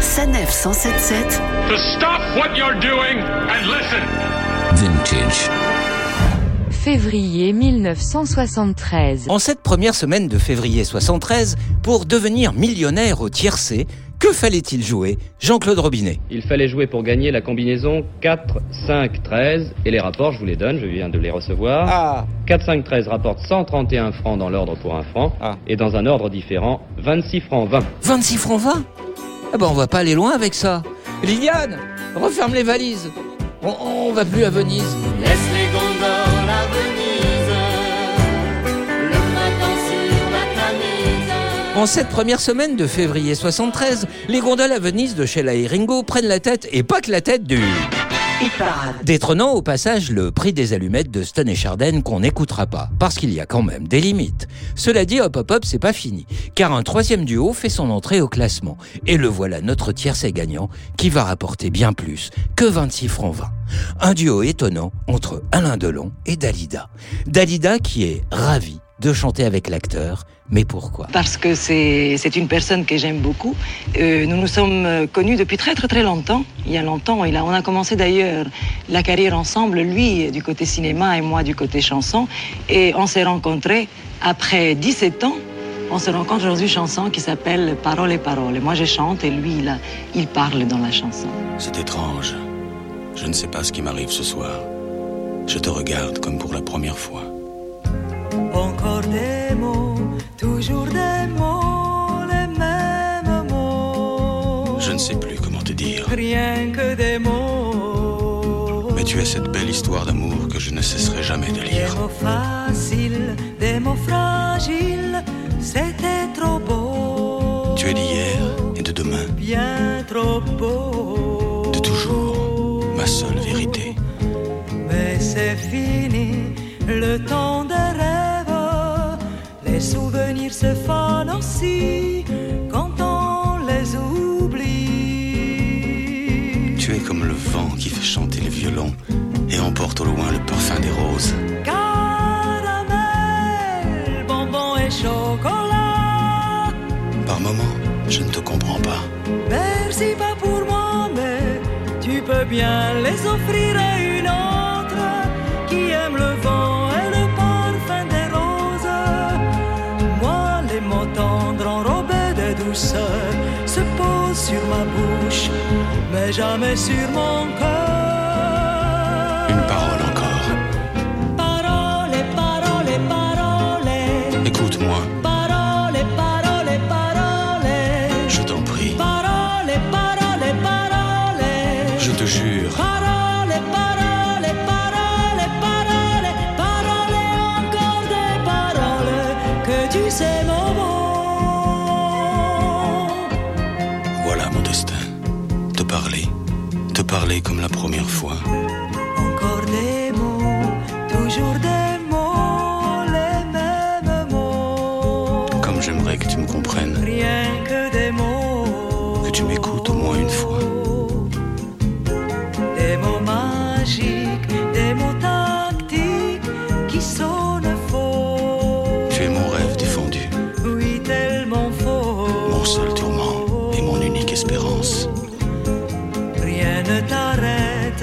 Sanef 177 So stop what you're doing and listen. Vintage. Février 1973. En cette première semaine de février 73, pour devenir millionnaire au tiercé, que fallait-il jouer Jean-Claude Robinet. Il fallait jouer pour gagner la combinaison 4, 5, 13. Et les rapports, je vous les donne, je viens de les recevoir. 4, 5, 13 rapporte 131 francs dans l'ordre pour un franc. Ah. Et dans un ordre différent, 26 francs 20. 26 francs 20 Ah ben on va pas aller loin avec ça. Liliane, referme les valises. On, on va plus à Venise. Laisse les gondoles à Venise, le matin sur la Tamise. En cette première semaine de février 73, les gondoles à Venise de Sheila et Ringo prennent la tête et pas que la tête du... Hit Parade. Détrônant au passage le prix des allumettes de Stone et Chardin qu'on n'écoutera pas, parce qu'il y a quand même des limites. Cela dit, hop hop hop, c'est pas fini, car un troisième duo fait son entrée au classement, et le voilà notre tiercé gagnant, qui va rapporter bien plus que 26 francs 20. Un duo étonnant entre Alain Delon et Dalida. Dalida qui est ravie de chanter avec l'acteur, mais pourquoi parce que c'est c'est une personne que j'aime beaucoup. Euh, nous nous sommes euh, connus depuis très très très longtemps, il y a longtemps. Il a, on a commencé d'ailleurs la carrière ensemble, lui euh, du côté cinéma et moi du côté chanson. Et on s'est rencontrés après 17 ans. On se rencontre aujourd'hui une chanson qui s'appelle Paroles et paroles. Et moi je chante et lui il, a- il parle dans la chanson. C'est étrange. Je ne sais pas ce qui m'arrive ce soir. Je te regarde comme pour la première fois. Encore des mots, toujours des mots, les mêmes mots. Je ne sais plus comment te dire. Rien que des mots. Mais tu es cette belle histoire d'amour que je ne cesserai jamais de Des lire. mots faciles, des mots fragiles, c'était trop beau. Tu es d'hier et de demain, bien trop beau. de toujours, ma seule vérité. Mais c'est fini, le temps des rêves. Les souvenirs se fanent aussi quand on les oublie. Tu es comme le vent qui fait chanter le violon et emporte au loin le parfum des roses. Caramel, bonbon et chocolat. Par moments, je ne te comprends pas. Merci pas pour moi, mais tu peux bien les offrir à une autre qui aime le vent et le parfum des roses. Moi, les mots tendres enrobés de douceur se posent sur ma bouche, mais jamais sur mon cœur. Une parole encore. Parole, parole, parole, Écoute-moi, parole, parole, parole. je t'en prie. Parole, parole, parole. Je te jure. Parole, parole, parole, parole. Parole, encore des paroles que tu sais, mon mot. Voilà mon destin. Te parler. Te parler comme la première fois. Encore des mots, toujours des mots, les mêmes mots. Comme j'aimerais que tu me comprennes. Rien que des mots. Que tu m'écoutes au moins une fois. Des mots magiques, des mots tactiques qui sonnent faux. Tu es mon rêve défendu. Oui, tellement faux. Mon seul tourment et mon unique espérance. Rien ne t'arrête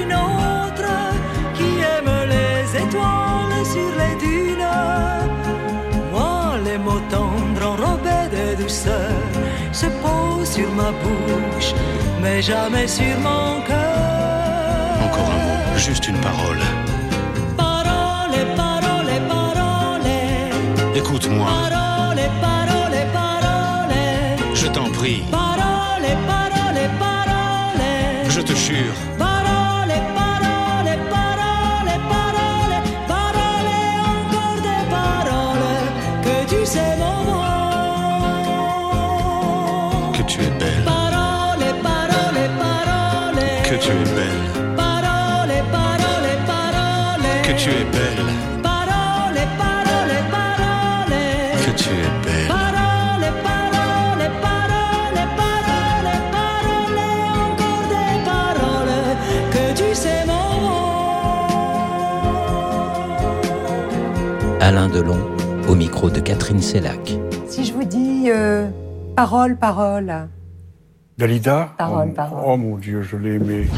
une autre qui aime les étoiles sur les dunes. Moi, les mots tendres enrobés de douceur se posent sur ma bouche, mais jamais sur mon cœur. Encore un mot, juste une parole. Parole, parole, parole. Écoute-moi, Parole, parole, parole. je t'en prie, Parole, parole, parole. je te jure. Parole, parole, parole, parole. Parole, encore des paroles que tu sais, mon mot. Que tu es belle, Parole, parole, parole. Que tu es belle, Parole, parole, parole. que tu es belle, Parole, parole, parole. que tu es belle. Parole, parole, parole, parole, parole, encore des paroles que tu sais, maman. Alain Delon, au micro de Catherine Sellac. Si je vous dis euh, parole, parole. Dalida Parole, oh, parole. oh mon Dieu, je l'ai aimé.